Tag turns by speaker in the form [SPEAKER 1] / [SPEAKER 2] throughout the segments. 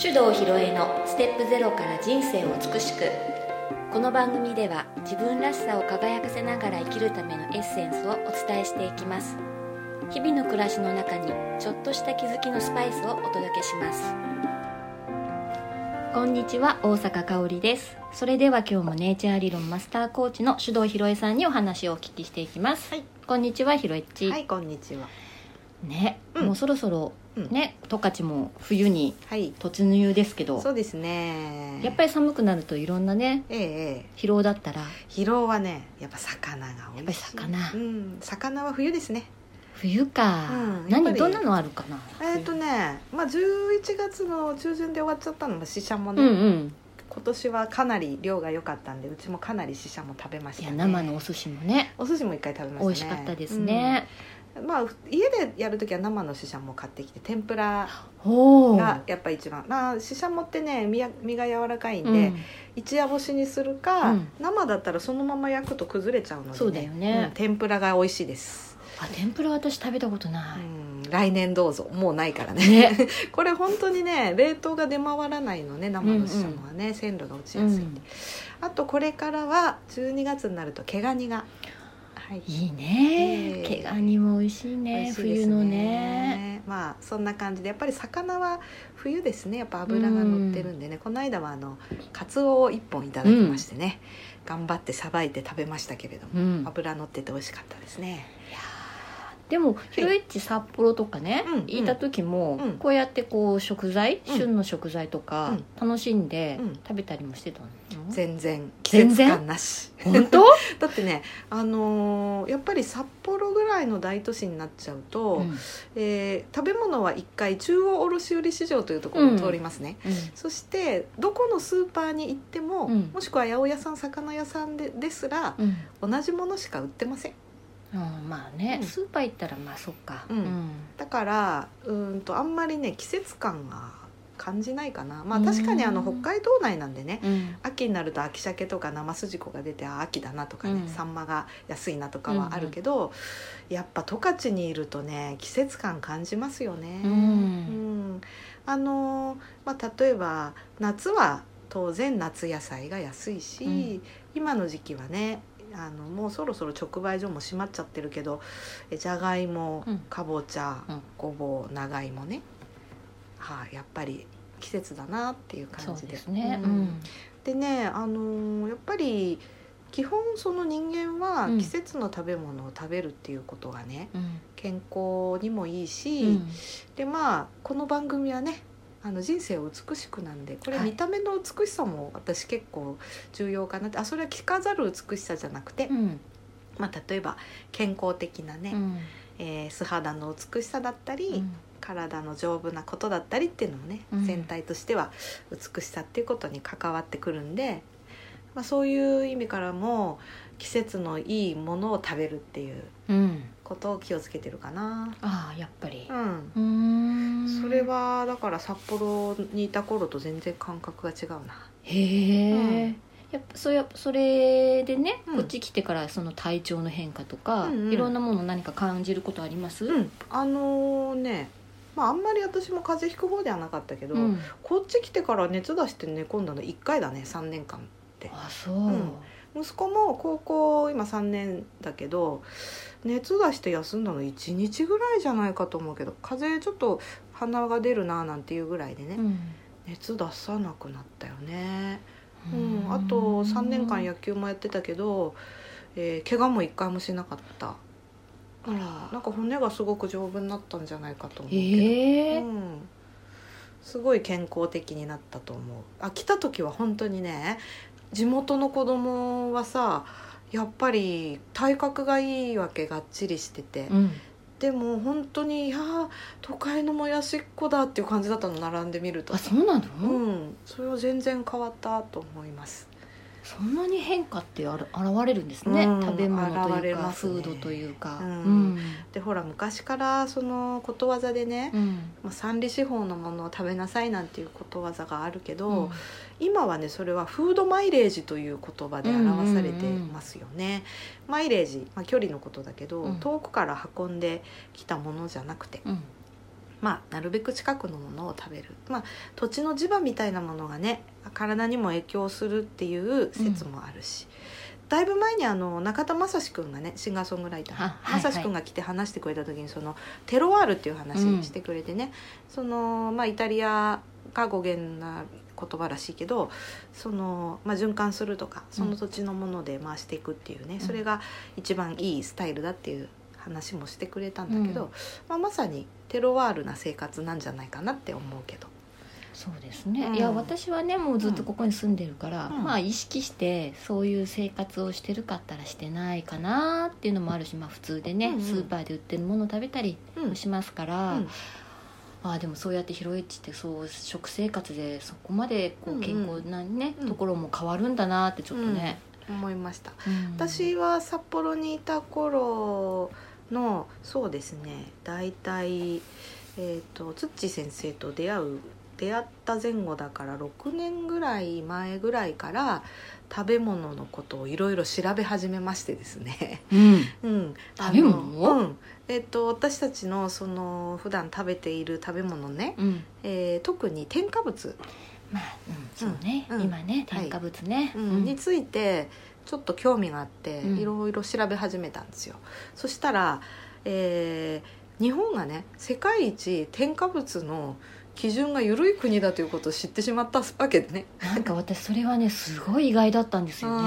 [SPEAKER 1] 手動ひろえのステップゼロから人生を美しくこの番組では自分らしさを輝かせながら生きるためのエッセンスをお伝えしていきます日々の暮らしの中にちょっとした気づきのスパイスをお届けしますこんにちは大阪香織ですそれでは今日もネイチャー理論マスターコーチの手動ひろえさんにお話をお聞きしていきます、
[SPEAKER 2] はい
[SPEAKER 1] こんにちはひろえっち、
[SPEAKER 2] はいこんにちは
[SPEAKER 1] ね、
[SPEAKER 2] うん
[SPEAKER 1] もうそろそろ
[SPEAKER 2] うん
[SPEAKER 1] ね十勝も冬に
[SPEAKER 2] はい
[SPEAKER 1] 突入ですけど
[SPEAKER 2] そうですね
[SPEAKER 1] やっぱ
[SPEAKER 2] り
[SPEAKER 1] り寒くなるといろんなね
[SPEAKER 2] えええ
[SPEAKER 1] 疲労だったら
[SPEAKER 2] え疲労はねやっぱ魚が美味しい
[SPEAKER 1] やっぱり魚
[SPEAKER 2] うん魚は冬ですね
[SPEAKER 1] 冬か、
[SPEAKER 2] うんやっぱ
[SPEAKER 1] 何
[SPEAKER 2] り
[SPEAKER 1] どんなのあるかな
[SPEAKER 2] えっ、とねまあ11月の中旬で終わっちゃったのもシシャモ
[SPEAKER 1] う
[SPEAKER 2] ね、
[SPEAKER 1] んうん
[SPEAKER 2] 今年はかなり量が良かったんでうちもかなりシシャモ食べまし
[SPEAKER 1] い
[SPEAKER 2] た、
[SPEAKER 1] や
[SPEAKER 2] ね、
[SPEAKER 1] 生のお寿司もね
[SPEAKER 2] お寿司も一回食べましたね
[SPEAKER 1] 美味しかったです、ね、
[SPEAKER 2] うんまあ家でやる時は生のシシャモ買ってきて天ぷら
[SPEAKER 1] ほう
[SPEAKER 2] がやっぱ一番まあシシャモってね身や身が柔らかいんで、
[SPEAKER 1] うん
[SPEAKER 2] 一夜干しにするか、
[SPEAKER 1] うん
[SPEAKER 2] 生だったらそのまま焼くと崩れちゃうので、
[SPEAKER 1] そうだよね
[SPEAKER 2] うん天ぷらが美味しいです、
[SPEAKER 1] あ天ぷら私食べたことな
[SPEAKER 2] うん来年どうぞもうないから
[SPEAKER 1] い、
[SPEAKER 2] ね
[SPEAKER 1] ね
[SPEAKER 2] これ本当にね冷凍が出回らないのね生のししゃもはね、鮮度が落ちやすい、
[SPEAKER 1] うん
[SPEAKER 2] あとこれからは12月になると毛ガニが、はい
[SPEAKER 1] いいね
[SPEAKER 2] ええ
[SPEAKER 1] 毛ガニも美味しいね
[SPEAKER 2] 美味しいで
[SPEAKER 1] 冬
[SPEAKER 2] すね
[SPEAKER 1] のね
[SPEAKER 2] まあそんな感じでやっぱり魚は冬ですねやっぱ脂が乗ってるんでね、この間はあのカツオを1本いただきましてね、頑張ってさばいて食べましたけれども、
[SPEAKER 1] うん
[SPEAKER 2] 油乗ってて美味しかったですね
[SPEAKER 1] でもひろえっち札幌とかね、
[SPEAKER 2] うん
[SPEAKER 1] 行った時も、
[SPEAKER 2] うん
[SPEAKER 1] こうやってこう食材、
[SPEAKER 2] うん
[SPEAKER 1] 旬の食材と
[SPEAKER 2] う
[SPEAKER 1] か
[SPEAKER 2] ん
[SPEAKER 1] 楽しんで
[SPEAKER 2] うん
[SPEAKER 1] 食べたりもしてたの、
[SPEAKER 2] 全然季
[SPEAKER 1] 全
[SPEAKER 2] 節
[SPEAKER 1] 然
[SPEAKER 2] 感な し
[SPEAKER 1] 本当、
[SPEAKER 2] だってねあのーやっぱり札幌ぐらいの大都市になっちゃうと、
[SPEAKER 1] うん
[SPEAKER 2] えー食べ物は1回中央卸売市場というところを通りますね、そしてどこのスーパーに行っても、
[SPEAKER 1] うん
[SPEAKER 2] もしくは八百屋さん魚屋さんでですら
[SPEAKER 1] うん
[SPEAKER 2] 同じものしか売ってません
[SPEAKER 1] うんまあね、
[SPEAKER 2] うん
[SPEAKER 1] スーパー行ったらまあそっか、
[SPEAKER 2] うんだからうーんとあんまりね季節感が感じないかなまあ
[SPEAKER 1] うん
[SPEAKER 2] 確かにあの北海道内なんでね
[SPEAKER 1] うん
[SPEAKER 2] 秋になると秋鮭とか生すじこが出てあ秋だなとかね、
[SPEAKER 1] うん
[SPEAKER 2] サンマが安いなとかはあるけど、やっぱ十勝にいるとね季節感感じますよね。
[SPEAKER 1] うん
[SPEAKER 2] うんあのーまあ、例えば夏は当然夏野菜が安いし、
[SPEAKER 1] うん
[SPEAKER 2] 今の時期はねあのもうそろそろ直売所も閉まっちゃってるけどえじゃがいも
[SPEAKER 1] うん
[SPEAKER 2] かぼちゃ、
[SPEAKER 1] うん
[SPEAKER 2] ごぼう長芋ね、はあ、やっぱり季節だなっていう
[SPEAKER 1] そ
[SPEAKER 2] 感
[SPEAKER 1] う
[SPEAKER 2] じで
[SPEAKER 1] ですね、
[SPEAKER 2] う
[SPEAKER 1] うんん
[SPEAKER 2] でね、あのーやっぱり基本その人間は
[SPEAKER 1] うん
[SPEAKER 2] 季節の食べ物を食べるっていうことがね、
[SPEAKER 1] うん
[SPEAKER 2] 健康にもいいし、
[SPEAKER 1] うん
[SPEAKER 2] でまあこの番組はねあの人生を美しくなんでこれ
[SPEAKER 1] はい
[SPEAKER 2] 見た目の美しさも私結構重要かなって、あそれは着飾る美しさじゃなくて、
[SPEAKER 1] うん
[SPEAKER 2] まあ、例えば健康的なね、
[SPEAKER 1] うん
[SPEAKER 2] えー素肌の美しさだったり、体の丈夫なことだったりっていうのもね、
[SPEAKER 1] うん
[SPEAKER 2] 全体としては美しさっていうことに関わってくるんで、まあ、そういう意味からも季節のいいものを食べるっていう
[SPEAKER 1] うん
[SPEAKER 2] ことを気をつけてるかな。
[SPEAKER 1] ああやっぱり
[SPEAKER 2] うん
[SPEAKER 1] うーん
[SPEAKER 2] それはだから札幌にいた頃と全然感覚が違うな
[SPEAKER 1] へえ、
[SPEAKER 2] うん
[SPEAKER 1] やっぱそうやっぱそれでね、
[SPEAKER 2] うん
[SPEAKER 1] こっち来てからその体調の変化とか、
[SPEAKER 2] うんうん
[SPEAKER 1] いろんなもの何か感じることあります、
[SPEAKER 2] うんあのねまああんまり私も風邪ひく方ではなかったけど、
[SPEAKER 1] うん
[SPEAKER 2] こっち来てから熱出して寝込んだの1回だね3年間
[SPEAKER 1] あそう、
[SPEAKER 2] ん息子も高校今3年だけど熱出して休んだの1日ぐらいじゃないかと思うけど風邪ちょっと鼻が出るななんていうぐらいでね、
[SPEAKER 1] うん
[SPEAKER 2] 熱出さなくなったよねうん、あと3年間野球もやってたけど、えー怪我も一回もしなかったうんなんか骨がすごく丈夫になったんじゃないかと思うけど、
[SPEAKER 1] へえ
[SPEAKER 2] うん、すごい健康的になったと思うあ来た時は本当にね地元の子供はさやっぱり体格がいいわけがっちりしてて、
[SPEAKER 1] うん
[SPEAKER 2] でも本当にいやー都会のもやしっこだっていう感じだったの並んでみると
[SPEAKER 1] あそうなの、
[SPEAKER 2] うんそれは全然変わったと思います
[SPEAKER 1] そんなに変化ってある現れるんですね、
[SPEAKER 2] うん
[SPEAKER 1] 食べ物と
[SPEAKER 2] 現
[SPEAKER 1] い
[SPEAKER 2] れ
[SPEAKER 1] うか、
[SPEAKER 2] ます
[SPEAKER 1] フ
[SPEAKER 2] ね
[SPEAKER 1] ードというか
[SPEAKER 2] うん
[SPEAKER 1] うん
[SPEAKER 2] でほら昔からそのことわざでね、
[SPEAKER 1] うん
[SPEAKER 2] まあ、三利四方のものを食べなさいなんていうことわざがあるけど、
[SPEAKER 1] うん
[SPEAKER 2] 今はねそれはフードマイレージという言葉で表されてますよね、マイレージ、まあ、距離のことだけど、
[SPEAKER 1] うん
[SPEAKER 2] 遠くから運んできたものじゃなくて、
[SPEAKER 1] うん
[SPEAKER 2] まあ、なるべく近くのものを食べる、まあ、土地の磁場みたいなものがね体にも影響するっていう説もあるし、だいぶ前にあの中田雅史君がねシンガーソングライターの
[SPEAKER 1] あはいはい
[SPEAKER 2] 雅史君が来て話してくれた時にそのテロワールっていう話をしてくれてね、そのまあ、イタリアが語源な言葉らしいけどその、まあ、循環するとかその土地のもので回していくっていうね、
[SPEAKER 1] ん
[SPEAKER 2] それが一番いいスタイルだっていう話もしてくれたんだけ
[SPEAKER 1] う
[SPEAKER 2] ど、
[SPEAKER 1] ん
[SPEAKER 2] まあ、まさにテロワールな生活なんじゃないかなって思うけど。
[SPEAKER 1] そうですね、
[SPEAKER 2] うん
[SPEAKER 1] いや私はねもうずっとここに住んでるから、
[SPEAKER 2] うん
[SPEAKER 1] まあ意識してそういう生活をしてるかったらしてないかなっていうのもあるし、まあ、普通でね、
[SPEAKER 2] うんうん
[SPEAKER 1] スーパーで売ってるものを食べたり
[SPEAKER 2] うん
[SPEAKER 1] もしますから、
[SPEAKER 2] うん
[SPEAKER 1] ああでもそうやって広いっちってそう食生活でそこまでこ
[SPEAKER 2] うんう
[SPEAKER 1] うん健康なね、
[SPEAKER 2] うん
[SPEAKER 1] ところも変わるんだなってちょっとね、
[SPEAKER 2] 思いました
[SPEAKER 1] うん
[SPEAKER 2] 私は札幌にいた頃のそうですね大体、えー、とツッチー先生と出会う出会った前後だから6年ぐらい前ぐらいから食べ物のことをいろいろ調べ始めましてですね。
[SPEAKER 1] うん
[SPEAKER 2] うん、
[SPEAKER 1] 食べ物
[SPEAKER 2] あのうんえっと私たちのその普段食べている食べ物ね、
[SPEAKER 1] うん
[SPEAKER 2] えー特に添加物、
[SPEAKER 1] まあ、うん、そうね、
[SPEAKER 2] うん
[SPEAKER 1] 今ね
[SPEAKER 2] はい
[SPEAKER 1] 添加物ね、
[SPEAKER 2] うんについてちょっと興味があって
[SPEAKER 1] うん
[SPEAKER 2] いろいろ調べ始めたんですよ。そしたら、えー日本がね世界一添加物の基準が緩い国だということを知ってしまったわけでね。
[SPEAKER 1] なんか私それはねすごい意外だったんですよ
[SPEAKER 2] う
[SPEAKER 1] ね
[SPEAKER 2] ん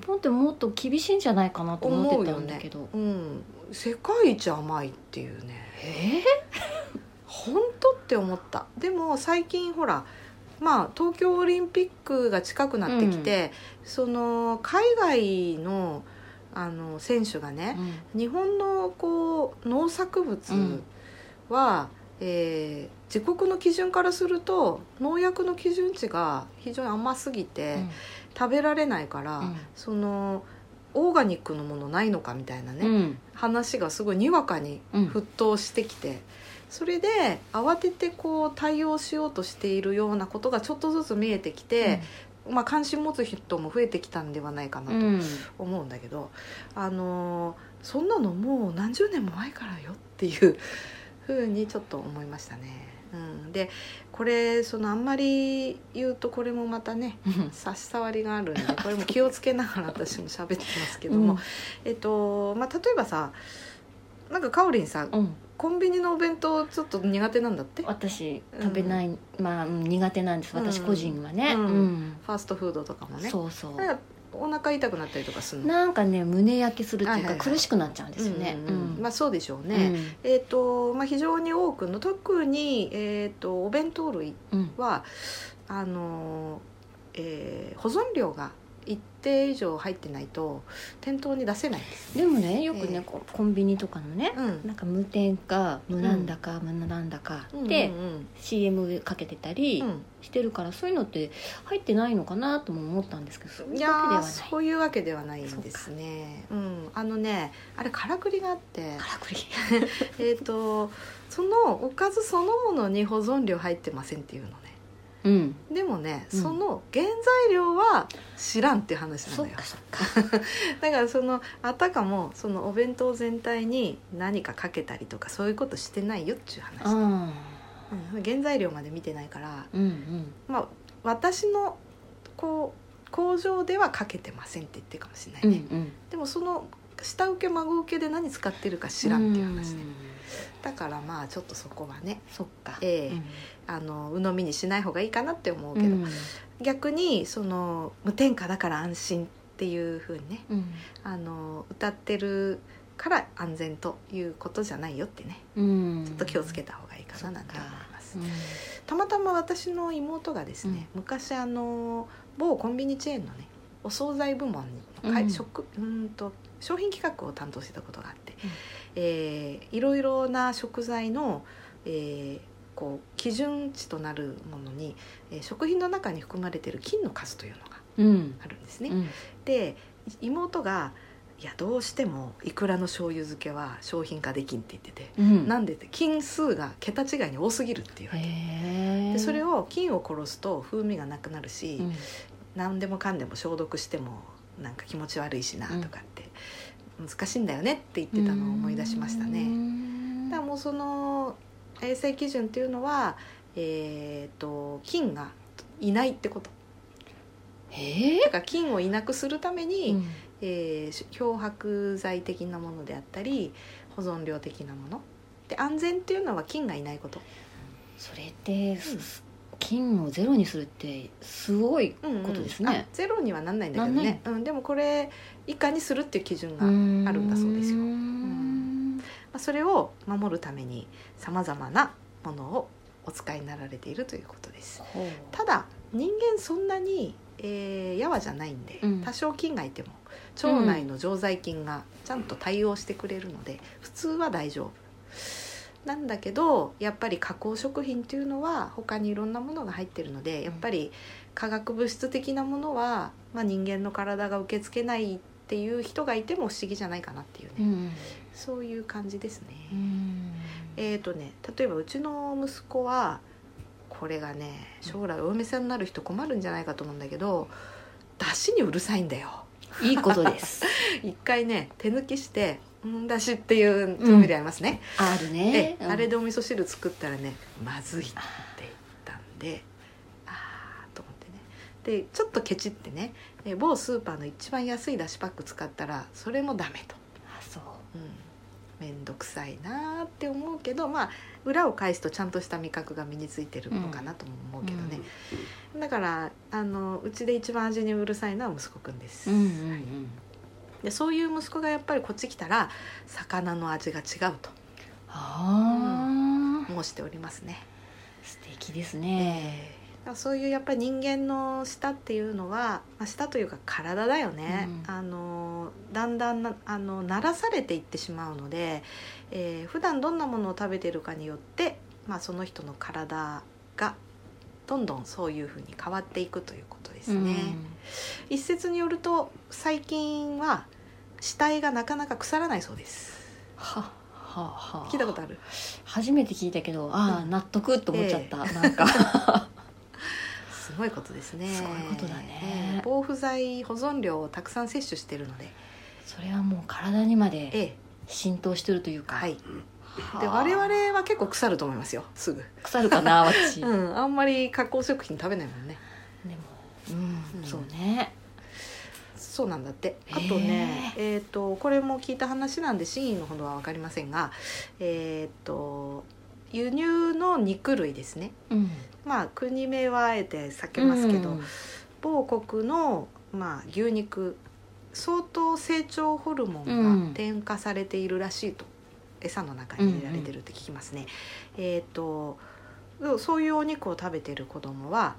[SPEAKER 1] 日本ってもっと厳しいんじゃないかなと思ってたんだけど、
[SPEAKER 2] うん、世界一甘いっていうね。
[SPEAKER 1] え
[SPEAKER 2] 本当って思ったでも最近ほらまあ東京オリンピックが近くなってきて、その海外のあの選手
[SPEAKER 1] ー
[SPEAKER 2] がね、
[SPEAKER 1] うん
[SPEAKER 2] 日本のこう農作物は、えー自国の基準からすると農薬の基準値が非常に甘すぎて、食べられないから、
[SPEAKER 1] うん
[SPEAKER 2] そのオーガニックのものないのかみたいなね、
[SPEAKER 1] うん
[SPEAKER 2] 話がすごいにわかに
[SPEAKER 1] うん
[SPEAKER 2] 沸騰してきて、それで慌ててこう対応しようとしているようなことがちょっとずつ見えてきて、まあ、関心持つ人も増えてきたんではないかな
[SPEAKER 1] う
[SPEAKER 2] と
[SPEAKER 1] ん
[SPEAKER 2] 思うんだけど、あのーそんなのもう何十年も前からよっていうふうにちょっと思いましたね。うん、でこれそのあんまり言うとこれもまたね
[SPEAKER 1] うん
[SPEAKER 2] 差し障りがある んでこれも気をつけながら私も喋ってますけど
[SPEAKER 1] う
[SPEAKER 2] も、
[SPEAKER 1] ん
[SPEAKER 2] えっとまあ、例えばさなんかかおりんさ
[SPEAKER 1] うん
[SPEAKER 2] コンビニのお弁当ちょっと苦手なんだってフ
[SPEAKER 1] 私食べない、まあうん苦手なんです
[SPEAKER 2] うん
[SPEAKER 1] 私個人はね、
[SPEAKER 2] うん
[SPEAKER 1] うん
[SPEAKER 2] ァーストフードとかもね
[SPEAKER 1] そうそう
[SPEAKER 2] なんかお腹痛くなったりとかするの
[SPEAKER 1] なんかね胸焼けするって
[SPEAKER 2] はい
[SPEAKER 1] いう
[SPEAKER 2] はい
[SPEAKER 1] か
[SPEAKER 2] はい
[SPEAKER 1] 苦しくなっちゃうんですよね
[SPEAKER 2] うんうんうんまあそうでしょう
[SPEAKER 1] うん
[SPEAKER 2] ね、えっとまあ、非常に多くの特に、えっとお弁当類
[SPEAKER 1] うん
[SPEAKER 2] はあの、えー保存量が一定以上入ってないと店頭に出せないんです、
[SPEAKER 1] でもねよく
[SPEAKER 2] え
[SPEAKER 1] ね
[SPEAKER 2] ー
[SPEAKER 1] こコンビニとかのね
[SPEAKER 2] うん
[SPEAKER 1] なんか無添加無なんだか無なんだかって、
[SPEAKER 2] うんうん
[SPEAKER 1] CM かけてたり、
[SPEAKER 2] うんうん
[SPEAKER 1] してるからそういうのって入ってないのかなとも思ったんですけどそういうわけ
[SPEAKER 2] い
[SPEAKER 1] で
[SPEAKER 2] や
[SPEAKER 1] はな
[SPEAKER 2] ー
[SPEAKER 1] い
[SPEAKER 2] そういうわけではないんですねうんあのねあれからくりがあって
[SPEAKER 1] からくり
[SPEAKER 2] えっとそのおかずそのものに保存料入ってませんっていうのね
[SPEAKER 1] うん
[SPEAKER 2] でもね、
[SPEAKER 1] うん
[SPEAKER 2] その原材料は知らんって話な
[SPEAKER 1] そ
[SPEAKER 2] の
[SPEAKER 1] っ
[SPEAKER 2] よ
[SPEAKER 1] かそっか
[SPEAKER 2] だからそのあたかもそのお弁当全体に何かかけたりとかそういうことしてないよっちゅう
[SPEAKER 1] う
[SPEAKER 2] 話、うん
[SPEAKER 1] ん
[SPEAKER 2] 原材料まで見てないから
[SPEAKER 1] うんうん
[SPEAKER 2] まあ私のこう工場ではかけてませんって言ってるかもしれないね、
[SPEAKER 1] うんうん
[SPEAKER 2] でもその下請け孫請けで何使ってるか知らんっていう話ね
[SPEAKER 1] ん
[SPEAKER 2] だからまあちょっとそこはね
[SPEAKER 1] そっか
[SPEAKER 2] ええ
[SPEAKER 1] うん
[SPEAKER 2] あの鵜呑みにしない方がいいかなって思うけど、逆にその無添加だから安心っていうふうにね
[SPEAKER 1] うん
[SPEAKER 2] あの歌ってるから安全ということじゃないよってね
[SPEAKER 1] うん
[SPEAKER 2] ちょっと気をつけ
[SPEAKER 1] て
[SPEAKER 2] た方がいいかななんて思います、
[SPEAKER 1] うん
[SPEAKER 2] たまたま私の妹がですね、昔あの某コンビニチェーンのねお惣菜部門のかい、
[SPEAKER 1] うん
[SPEAKER 2] 食うーんと商品企画を担当してたことがあって、
[SPEAKER 1] うん
[SPEAKER 2] えーいろいろな食材の、えーこう基準値となるものに、えー食品の中に含まれている菌の数というのが
[SPEAKER 1] うん
[SPEAKER 2] あるんですね。
[SPEAKER 1] うん
[SPEAKER 2] で妹がいやどうしてもいくらの醤油漬けは商品化できんって言ってて、
[SPEAKER 1] うん
[SPEAKER 2] なんでって菌数が桁違いに多すぎるっていうわけ
[SPEAKER 1] へえ
[SPEAKER 2] でそれを菌を殺すと風味がなくなるし、
[SPEAKER 1] うん
[SPEAKER 2] 何でもかんでも消毒してもなんか気持ち悪いしなとかって、難しいんだよねって言ってたのを思い出しました
[SPEAKER 1] う
[SPEAKER 2] ね。
[SPEAKER 1] ん
[SPEAKER 2] だからもうその衛生基準っていうのは、えー、と菌がいないってこと
[SPEAKER 1] え
[SPEAKER 2] だから菌をいなくするために、
[SPEAKER 1] ー
[SPEAKER 2] えー漂白剤的なものであったり保存料的なもので安全っていうのは菌がいないこと
[SPEAKER 1] それって、す金をゼロにするってすごいことですね、
[SPEAKER 2] あゼロにはなんないんだけどねうん、でもこれ以下にするっていう基準が、ま
[SPEAKER 1] が
[SPEAKER 2] あるんだそうですよ
[SPEAKER 1] ん
[SPEAKER 2] あ、それを守るためにさまざまなものをお使いになられているということです
[SPEAKER 1] ほう
[SPEAKER 2] ただ人間そんなに、えー、やわじゃないんで、
[SPEAKER 1] うん
[SPEAKER 2] 多少菌がいても腸内の常在菌がちゃんと対応してくれるので、普通は大丈夫なんだけどやっぱり加工食品っていうのは他にいろんなものが入ってるのでやっぱり化学物質的なものは、まあ、人間の体が受け付けないっていう人がいても不思議じゃないかなっていうね、
[SPEAKER 1] うん
[SPEAKER 2] そういう感じですね。
[SPEAKER 1] うん
[SPEAKER 2] えーとね、例えばうちの息子はこれがね将来お嫁さんになる人困るんじゃないかと思うんだけど出汁にうるさいんだよ
[SPEAKER 1] いいこと です。
[SPEAKER 2] 一回ね手抜きして「うん出汁」っていう調味料ありますね、
[SPEAKER 1] あるね
[SPEAKER 2] で。あれでお味噌汁作ったらねまずいって言ったんでああと思ってねでちょっとケチってねえ某スーパーの一番安い出汁パック使ったらそれもダメと。
[SPEAKER 1] あそう。
[SPEAKER 2] うん、面倒くさいなーって思うけど、まあ、裏を返すとちゃんとした味覚が身についてるのかなとも思うけどね、だからあのうちで一番味にうるさいのは息子くんです、
[SPEAKER 1] うんうんうん。
[SPEAKER 2] でそういう息子がやっぱりこっち来たら魚の味が違うと
[SPEAKER 1] ああ、
[SPEAKER 2] 申しておりますね、
[SPEAKER 1] 素敵ですね。
[SPEAKER 2] だからそういうやっぱり人間の舌っていうのは、まあ、舌というか体だよね、
[SPEAKER 1] うん
[SPEAKER 2] あのだんだんなあの慣らされていってしまうので、えー普段どんなものを食べてるかによって、まあ、その人の体がどんどんそういうふうに変わっていくということですね。一説によると最近は死体がなかなか腐らないそうです。
[SPEAKER 1] うん。ははは。
[SPEAKER 2] 聞いたことある
[SPEAKER 1] 初めて聞いたけど、ああ
[SPEAKER 2] うん
[SPEAKER 1] 納得と思っちゃった。なんか。
[SPEAKER 2] すごいことですね。
[SPEAKER 1] すごいことだね
[SPEAKER 2] えー防腐剤保存料をたくさん摂取してるので、
[SPEAKER 1] それはもう体にま
[SPEAKER 2] え
[SPEAKER 1] で
[SPEAKER 2] え、
[SPEAKER 1] 浸透してるというか。
[SPEAKER 2] はい。
[SPEAKER 1] はあ
[SPEAKER 2] で我々は結構腐ると思いますよすぐ、
[SPEAKER 1] 腐るかな私。
[SPEAKER 2] う
[SPEAKER 1] でも
[SPEAKER 2] ん、あんまり加工食品食べないもんね
[SPEAKER 1] う
[SPEAKER 2] うんん
[SPEAKER 1] そうね。
[SPEAKER 2] そうなんだってあとねえーとこれも聞いた話なんで真意のほどは分かりませんがえっ、と輸入の肉類ですね
[SPEAKER 1] うん。
[SPEAKER 2] まあ国名はあえて避けますけど、
[SPEAKER 1] うん。
[SPEAKER 2] 某国の、まあ、牛肉相当成長ホルモンが添加されているらしいと、餌の中に入れられてるって聞きますね、えっ、とそういうお肉を食べてる子供は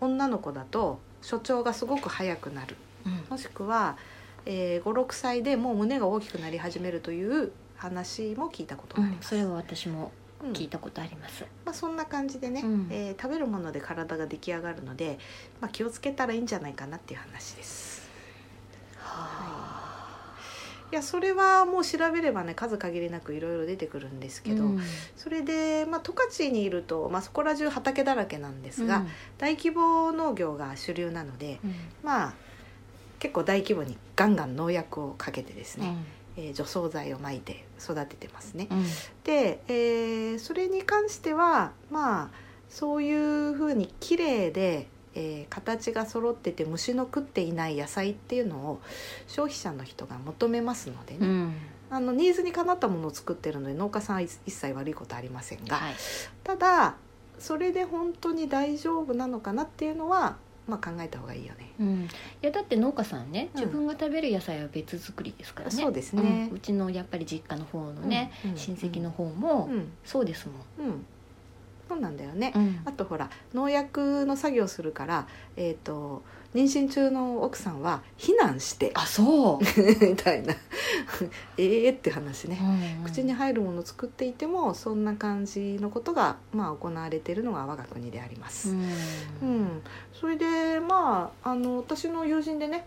[SPEAKER 2] 女の子だと所長がすごく早くなる
[SPEAKER 1] うん
[SPEAKER 2] もしくは、えー、56歳でもう胸が大きくなり始めるという話も聞いたこと
[SPEAKER 1] う
[SPEAKER 2] があり
[SPEAKER 1] ん。
[SPEAKER 2] ます、
[SPEAKER 1] それは私も
[SPEAKER 2] うん
[SPEAKER 1] 聞いたことあります。
[SPEAKER 2] まあ、そんな感じでね、
[SPEAKER 1] うん
[SPEAKER 2] えー食べるもので体が出来上がるので、まあ、気をつけたらいいんじゃないかなっていう話です
[SPEAKER 1] はあ。
[SPEAKER 2] いやそれはもう調べればね数限りなくいろいろ出てくるんですけど、
[SPEAKER 1] うん
[SPEAKER 2] それで、まあ、十勝にいると、まあ、そこら中畑だらけなんですが、大規模農業が主流なので
[SPEAKER 1] うん
[SPEAKER 2] まあ結構大規模にガンガン農薬をかけてです
[SPEAKER 1] う
[SPEAKER 2] ね、
[SPEAKER 1] ん
[SPEAKER 2] えー除草剤をまいて育ててますね。
[SPEAKER 1] うん
[SPEAKER 2] で、えーそれに関してはまあそういうふうに綺麗で、えー形が揃ってて虫の食っていない野菜っていうのを消費者の人が求めますのでね、
[SPEAKER 1] うん
[SPEAKER 2] あのニーズにかなったものを作ってるので農家さんは一一切悪いことありませんが、
[SPEAKER 1] はい
[SPEAKER 2] ただそれで本当に大丈夫なのかなっていうのは、まあ、考えた方がいいよね。
[SPEAKER 1] うん、いやだって農家さんね
[SPEAKER 2] うん
[SPEAKER 1] 自分が食べる野菜は別作りですからね、
[SPEAKER 2] そうですね
[SPEAKER 1] うんうちのやっぱり実家の方のね、
[SPEAKER 2] うん、うん
[SPEAKER 1] 親戚の、方も
[SPEAKER 2] うん
[SPEAKER 1] そうですも
[SPEAKER 2] うん、そうなんだよね。
[SPEAKER 1] ん、
[SPEAKER 2] あとほら農薬の作業するから、えー、と妊娠中の奥さんは避難して
[SPEAKER 1] あそう、
[SPEAKER 2] みたいな ええって話ね、
[SPEAKER 1] うん
[SPEAKER 2] 口に入るもの作っていてもそんな感じのことが、まあ、行われているのが我が国であります。
[SPEAKER 1] う
[SPEAKER 2] うんん、それでまああの私の友人でね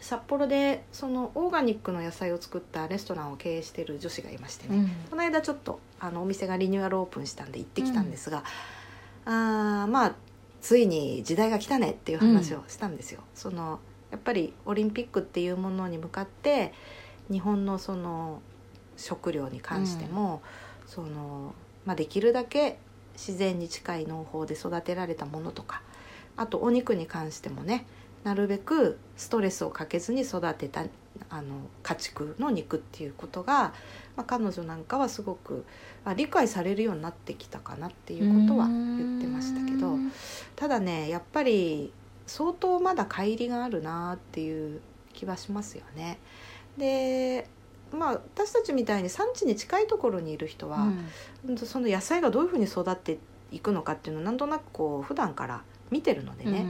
[SPEAKER 2] 札幌でそのオーガニックの野菜を作ったレストランを経営している女子がいましてね、
[SPEAKER 1] うん
[SPEAKER 2] この間ちょっとあのお店がリニューアルオープンしたんで行ってきたんですが、あーまあついに時代が来たねっていう話をしたんですよ。そのやっぱりオリンピックっていうものに向かって日本のその食料に関しても、そのまあ、できるだけ自然に近い農法で育てられたものとかあとお肉に関してもねなるべくストレスをかけずに育てたあの家畜の肉っていうことが、まあ、彼女なんかはすごく、まあ、理解されるようになってきたかなっていうことは言ってましたけどただねやっぱり相当まだ乖離があるなっていう気はしますよね。でまあ、私たちみたいに産地に近いところにいる人は、その野菜がどういうふうに育っていくのかっていうのをなんとなくこう普段から見てるのでね、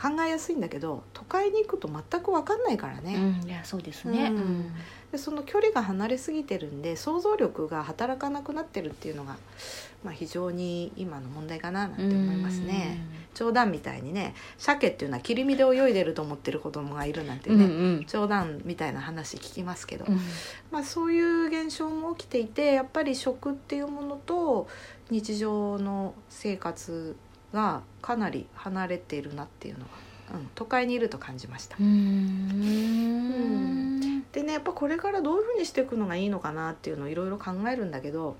[SPEAKER 2] 考えやすいんだけど都会に行くと全く分かんないから
[SPEAKER 1] う
[SPEAKER 2] ね、
[SPEAKER 1] ん、うん、いやそうですね、
[SPEAKER 2] う
[SPEAKER 1] うんん
[SPEAKER 2] でその距離が離れすぎてるんで想像力が働かなくなってるっていうのが、まあ、非常に今の問題かななんて思いますね。冗談みたいにね鮭っていうのは切り身で泳いでると思ってる子供がいるなんて
[SPEAKER 1] うん。うん
[SPEAKER 2] ね、
[SPEAKER 1] うん
[SPEAKER 2] 冗談みたいな話聞きますけど、
[SPEAKER 1] うん
[SPEAKER 2] まあ、そういう現象も起きていてやっぱり食っていうものと日常の生活がかなり離れているなっていうのが、うん、都会にいると感じました
[SPEAKER 1] う。ん
[SPEAKER 2] でねやっぱこれからどういうふうにしていくのがいいのかなっていうのをいろいろ考えるんだけど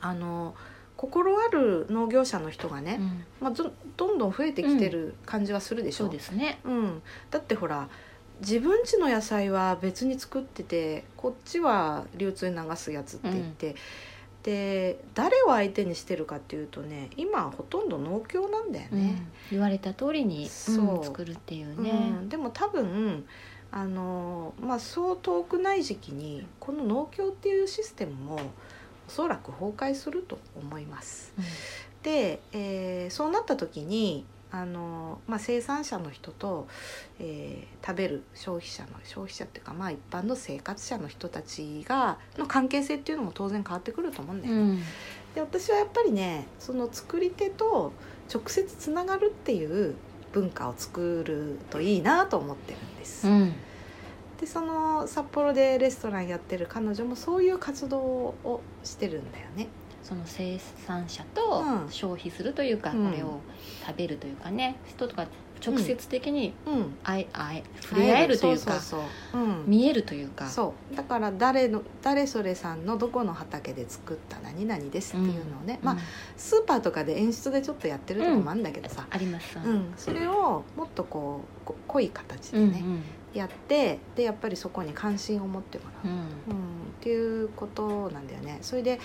[SPEAKER 2] あの心ある農業者の人がね、
[SPEAKER 1] うん
[SPEAKER 2] まあ、どどんどん増えてきてる感じはするでしょ、
[SPEAKER 1] そうですね。
[SPEAKER 2] うん、だってほら自分家の野菜は別に作っててこっちは流通に流すやつって言って、で誰を相手にしてるかっていうとね今ほとんど農協なんだよ
[SPEAKER 1] うん
[SPEAKER 2] ね。
[SPEAKER 1] 言われた通りに
[SPEAKER 2] そう
[SPEAKER 1] うん作るっていう
[SPEAKER 2] うん
[SPEAKER 1] ね。
[SPEAKER 2] でも多分あの、まあ、そう遠くない時期にこの農協っていうシステムもおそらく崩壊すると思います。で、えーそうなった時にあの、まあ、生産者の人と、えー食べる消費者の消費者っていうか、まあ、一般の生活者の人たちがの関係性っていうのも当然変わってくると思うんだ
[SPEAKER 1] う
[SPEAKER 2] よ、
[SPEAKER 1] ん
[SPEAKER 2] ね
[SPEAKER 1] うん
[SPEAKER 2] で私はやっぱりねその作り手と直接つながるっていう文化を作るといいなと思ってるんです、
[SPEAKER 1] うん
[SPEAKER 2] でその札幌でレストランやってる彼女もそういう活動をしてるんだよね
[SPEAKER 1] その生産者と
[SPEAKER 2] うん
[SPEAKER 1] 消費するというか、
[SPEAKER 2] うん
[SPEAKER 1] これを食べるというかね人とか直接的に
[SPEAKER 2] うん
[SPEAKER 1] あいあい触れ合えるというか
[SPEAKER 2] そうそうそう、うん、
[SPEAKER 1] 見えるというか
[SPEAKER 2] そうだから誰の誰それさんのどこの畑で作った何々ですっていうのをね、まあ、
[SPEAKER 1] うん
[SPEAKER 2] スーパーとかで演出でちょっとやってるとこもあるんだけどさ、
[SPEAKER 1] あります
[SPEAKER 2] うんそれをもっとこうこ濃い形で
[SPEAKER 1] うん
[SPEAKER 2] ね、やってでやっぱりそこに関心を持ってもらう。
[SPEAKER 1] うん
[SPEAKER 2] うんっていうことなんだよねそれで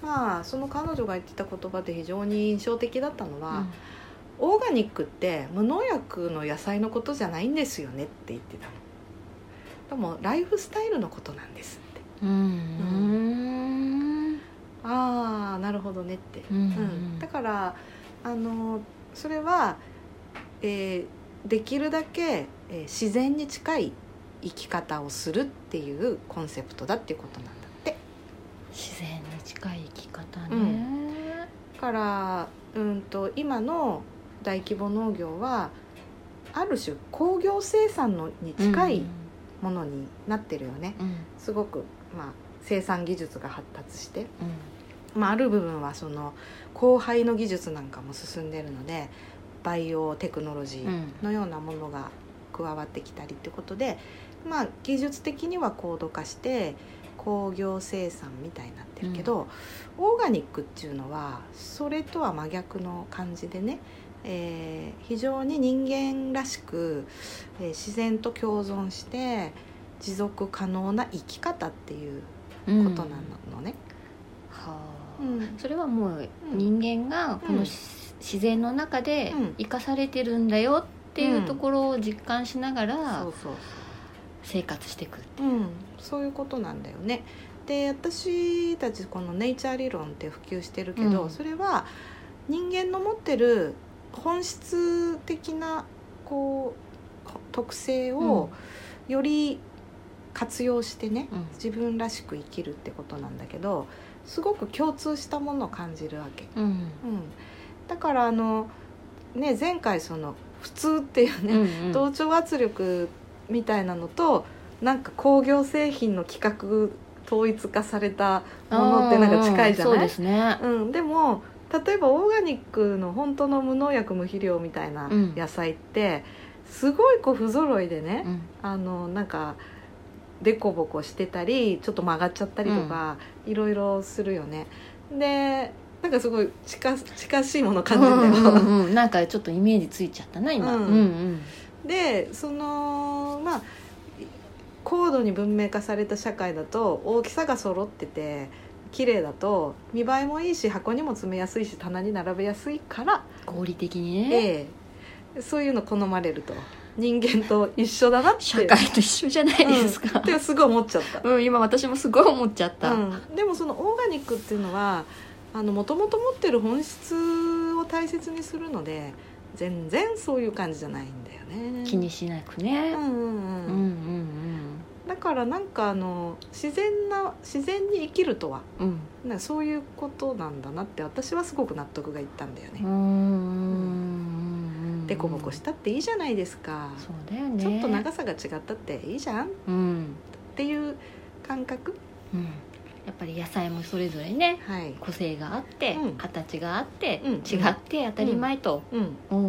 [SPEAKER 2] まあその彼女が言ってた言葉で非常に印象的だったのは、オーガニックって無農薬の野菜のことじゃないんですよねって言ってたのでもライフスタイルのことなんですって
[SPEAKER 1] うんうん
[SPEAKER 2] ああなるほどねって、
[SPEAKER 1] う
[SPEAKER 2] うんだからあのそれは、えーできるだけ、えー自然に近い生き方をするっていうコンセプトだっていうことなんだって
[SPEAKER 1] 自然に近い生き方ね、
[SPEAKER 2] だからうんと今の大規模農業はある種工業生産のに近いものになってるよね、
[SPEAKER 1] うん
[SPEAKER 2] すごく、まあ、生産技術が発達して、
[SPEAKER 1] うん
[SPEAKER 2] まあ、ある部分はその後輩の技術なんかも進んでるのでバイオテクノロジ
[SPEAKER 1] うんう
[SPEAKER 2] ー
[SPEAKER 1] ん
[SPEAKER 2] のようなものが加わってきたりってことで、まあ、技術的には高度化して工業生産みたいになってるけど、オーガニックっていうのはそれとは真逆の感じでね、えー非常に人間らしく、えー自然と共存して持続可能な生き方っていう
[SPEAKER 1] うん
[SPEAKER 2] ことなのね。
[SPEAKER 1] はあ、
[SPEAKER 2] うん
[SPEAKER 1] それはもう人間がこ
[SPEAKER 2] うん
[SPEAKER 1] のし、自然の中で
[SPEAKER 2] うん
[SPEAKER 1] 生かされてるんだよっていうところを実感しなが
[SPEAKER 2] そ
[SPEAKER 1] ら
[SPEAKER 2] うそう
[SPEAKER 1] 生活していく、
[SPEAKER 2] うん、そういうことなんだよね。で私たちこのネイチャー理論って普及してるけど、
[SPEAKER 1] うん
[SPEAKER 2] それは人間の持ってる本質的なこうこ特性をより活用してね、
[SPEAKER 1] うん
[SPEAKER 2] 自分らしく生きるってことなんだけどすごく共通したものを感じるわけ。
[SPEAKER 1] うん
[SPEAKER 2] うん、だからあの、ね、前回その普通っていうね、
[SPEAKER 1] うんうん
[SPEAKER 2] 同調圧力みたいなのとなんか工業製品の規格統一化されたものってなんか近いじゃ
[SPEAKER 1] うんそう
[SPEAKER 2] ない
[SPEAKER 1] ですね、
[SPEAKER 2] うん、でも例えばオーガニックの本当の無農薬無肥料みたいな
[SPEAKER 1] うん
[SPEAKER 2] 野菜って、すごいこう不揃いでね、
[SPEAKER 1] うん
[SPEAKER 2] あのなんかデコボコしてたりちょっと曲がっちゃったりとか、いろいろするよねでなんかすごい近近しいもの感じるんだ
[SPEAKER 1] う
[SPEAKER 2] よ、
[SPEAKER 1] んうんうんなんかちょっとイメージついちゃったな今、う
[SPEAKER 2] うんん
[SPEAKER 1] うん
[SPEAKER 2] でそのまあ高度に文明化された社会だと大きさが揃ってて綺麗だと見栄えもいいし箱にも詰めやすいし棚に並べやすいから、
[SPEAKER 1] 合理的にね、
[SPEAKER 2] ええそういうの好まれると人間と一緒だなって
[SPEAKER 1] 社会と一緒じゃないです
[SPEAKER 2] うん
[SPEAKER 1] か
[SPEAKER 2] っ、てすごい思っちゃった
[SPEAKER 1] うん今私もすごい思っちゃ った、
[SPEAKER 2] うん、でもそのオーガニックっていうのはもともと持ってる本質を大切にするので全然そういう感じじゃないんだよね
[SPEAKER 1] 気にしなくね
[SPEAKER 2] う、ん
[SPEAKER 1] う、
[SPEAKER 2] うんうん
[SPEAKER 1] うん
[SPEAKER 2] ん、だからなんかあの自然な自然に生きるとは
[SPEAKER 1] うんうん
[SPEAKER 2] なんかそういうことなんだなって私はすごく納得がいったんだよ
[SPEAKER 1] う
[SPEAKER 2] ね、
[SPEAKER 1] ん
[SPEAKER 2] でこぼこしたっていいじゃないですか、
[SPEAKER 1] そうだよね
[SPEAKER 2] ちょっと長さが違ったっていいじゃんっ
[SPEAKER 1] うん、
[SPEAKER 2] ていう感覚
[SPEAKER 1] うん、やっぱり野菜もそれぞれね
[SPEAKER 2] はい
[SPEAKER 1] 個性があって、
[SPEAKER 2] うん
[SPEAKER 1] 形があって、
[SPEAKER 2] うん
[SPEAKER 1] 違って当たり前と、
[SPEAKER 2] うんっ
[SPEAKER 1] うん、うんう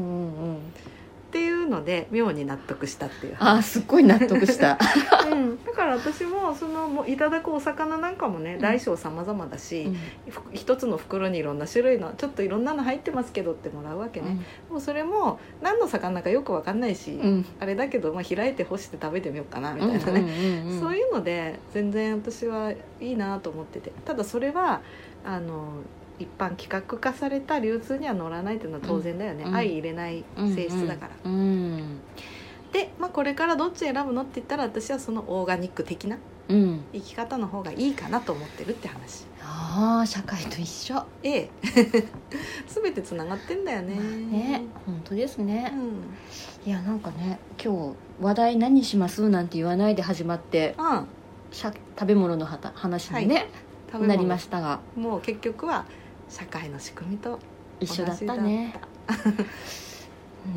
[SPEAKER 1] ん
[SPEAKER 2] ていうので妙に納得したっていう話
[SPEAKER 1] あーすっごい納得した
[SPEAKER 2] うん、だから私もそのもういただくお魚なんかもね
[SPEAKER 1] ん
[SPEAKER 2] 大小様々だ し、
[SPEAKER 1] うん
[SPEAKER 2] ふ一つの袋にいろんな種類のちょっといろんなの入ってますけどってもらうわけね、もうそれも何の魚かよくわかんないし、
[SPEAKER 1] うん
[SPEAKER 2] あれだけど、まあ、開いて干して食べてみようかなみたいな
[SPEAKER 1] う
[SPEAKER 2] ね、
[SPEAKER 1] んうんうん
[SPEAKER 2] そういうので全然私はいいなと思っててただそれはあの一般企画化された流通には乗らないっていうのは当然だよね、
[SPEAKER 1] うんうん
[SPEAKER 2] 相入れない性質だから。
[SPEAKER 1] うんうん
[SPEAKER 2] で、まあ、これからどっち選ぶのって言ったら私はそのオーガニック的な
[SPEAKER 1] うんうん
[SPEAKER 2] 生き方の方がいいかなと思ってるって話
[SPEAKER 1] ああ社会と一緒
[SPEAKER 2] A 全てつながってんだよね,、
[SPEAKER 1] ね本当です
[SPEAKER 2] う
[SPEAKER 1] ね、
[SPEAKER 2] ん、
[SPEAKER 1] いやなんかね今日話題何しますなんて言わないで始まって
[SPEAKER 2] うん、
[SPEAKER 1] しゃ食べ物のはた話に、ね
[SPEAKER 2] 食べ物
[SPEAKER 1] なりましたが
[SPEAKER 2] もう結局は社会の仕組みと
[SPEAKER 1] 一緒だったね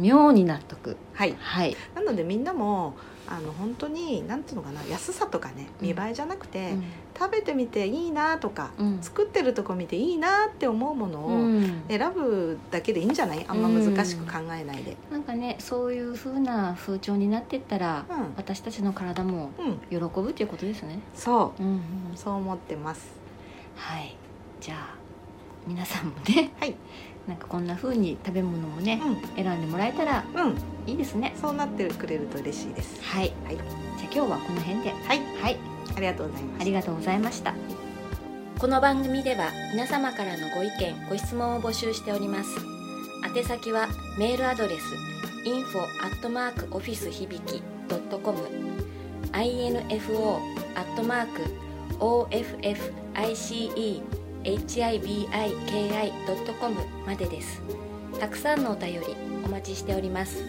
[SPEAKER 1] 妙に納得
[SPEAKER 2] はい
[SPEAKER 1] はい、
[SPEAKER 2] なのでみんなもあの本当に何ていうのかな安さとかね
[SPEAKER 1] うん
[SPEAKER 2] 見栄えじゃなくて、
[SPEAKER 1] うん
[SPEAKER 2] 食べてみていいなとか、
[SPEAKER 1] うん
[SPEAKER 2] 作ってるとこ見ていいなって思うものを、
[SPEAKER 1] うん
[SPEAKER 2] 選ぶだけでいいんじゃないあんま難しく考えないで
[SPEAKER 1] なんかねそういう風な風潮になってったら、
[SPEAKER 2] う
[SPEAKER 1] 私たちの体も
[SPEAKER 2] ん、う
[SPEAKER 1] 喜
[SPEAKER 2] ん、
[SPEAKER 1] ぶっていうことですね、
[SPEAKER 2] そ
[SPEAKER 1] うんうん、
[SPEAKER 2] うそう思ってます
[SPEAKER 1] はいじゃあ皆さんもね、
[SPEAKER 2] はい
[SPEAKER 1] なんかこんな風に食べ物もね、
[SPEAKER 2] う
[SPEAKER 1] 選んでもらえたら
[SPEAKER 2] んうん
[SPEAKER 1] いいですね
[SPEAKER 2] そうなってくれると嬉しいです
[SPEAKER 1] はい、
[SPEAKER 2] はい
[SPEAKER 1] じゃあ今日はこの辺で
[SPEAKER 2] はい
[SPEAKER 1] はい
[SPEAKER 2] ありがとうございま
[SPEAKER 1] あ
[SPEAKER 2] す
[SPEAKER 1] りがとうございました
[SPEAKER 3] この番組では皆様からのご意見ご質問を募集しております宛先はメールアドレス info office 響き .com info officehibiki.com までですたくさんのお便りお待ちしております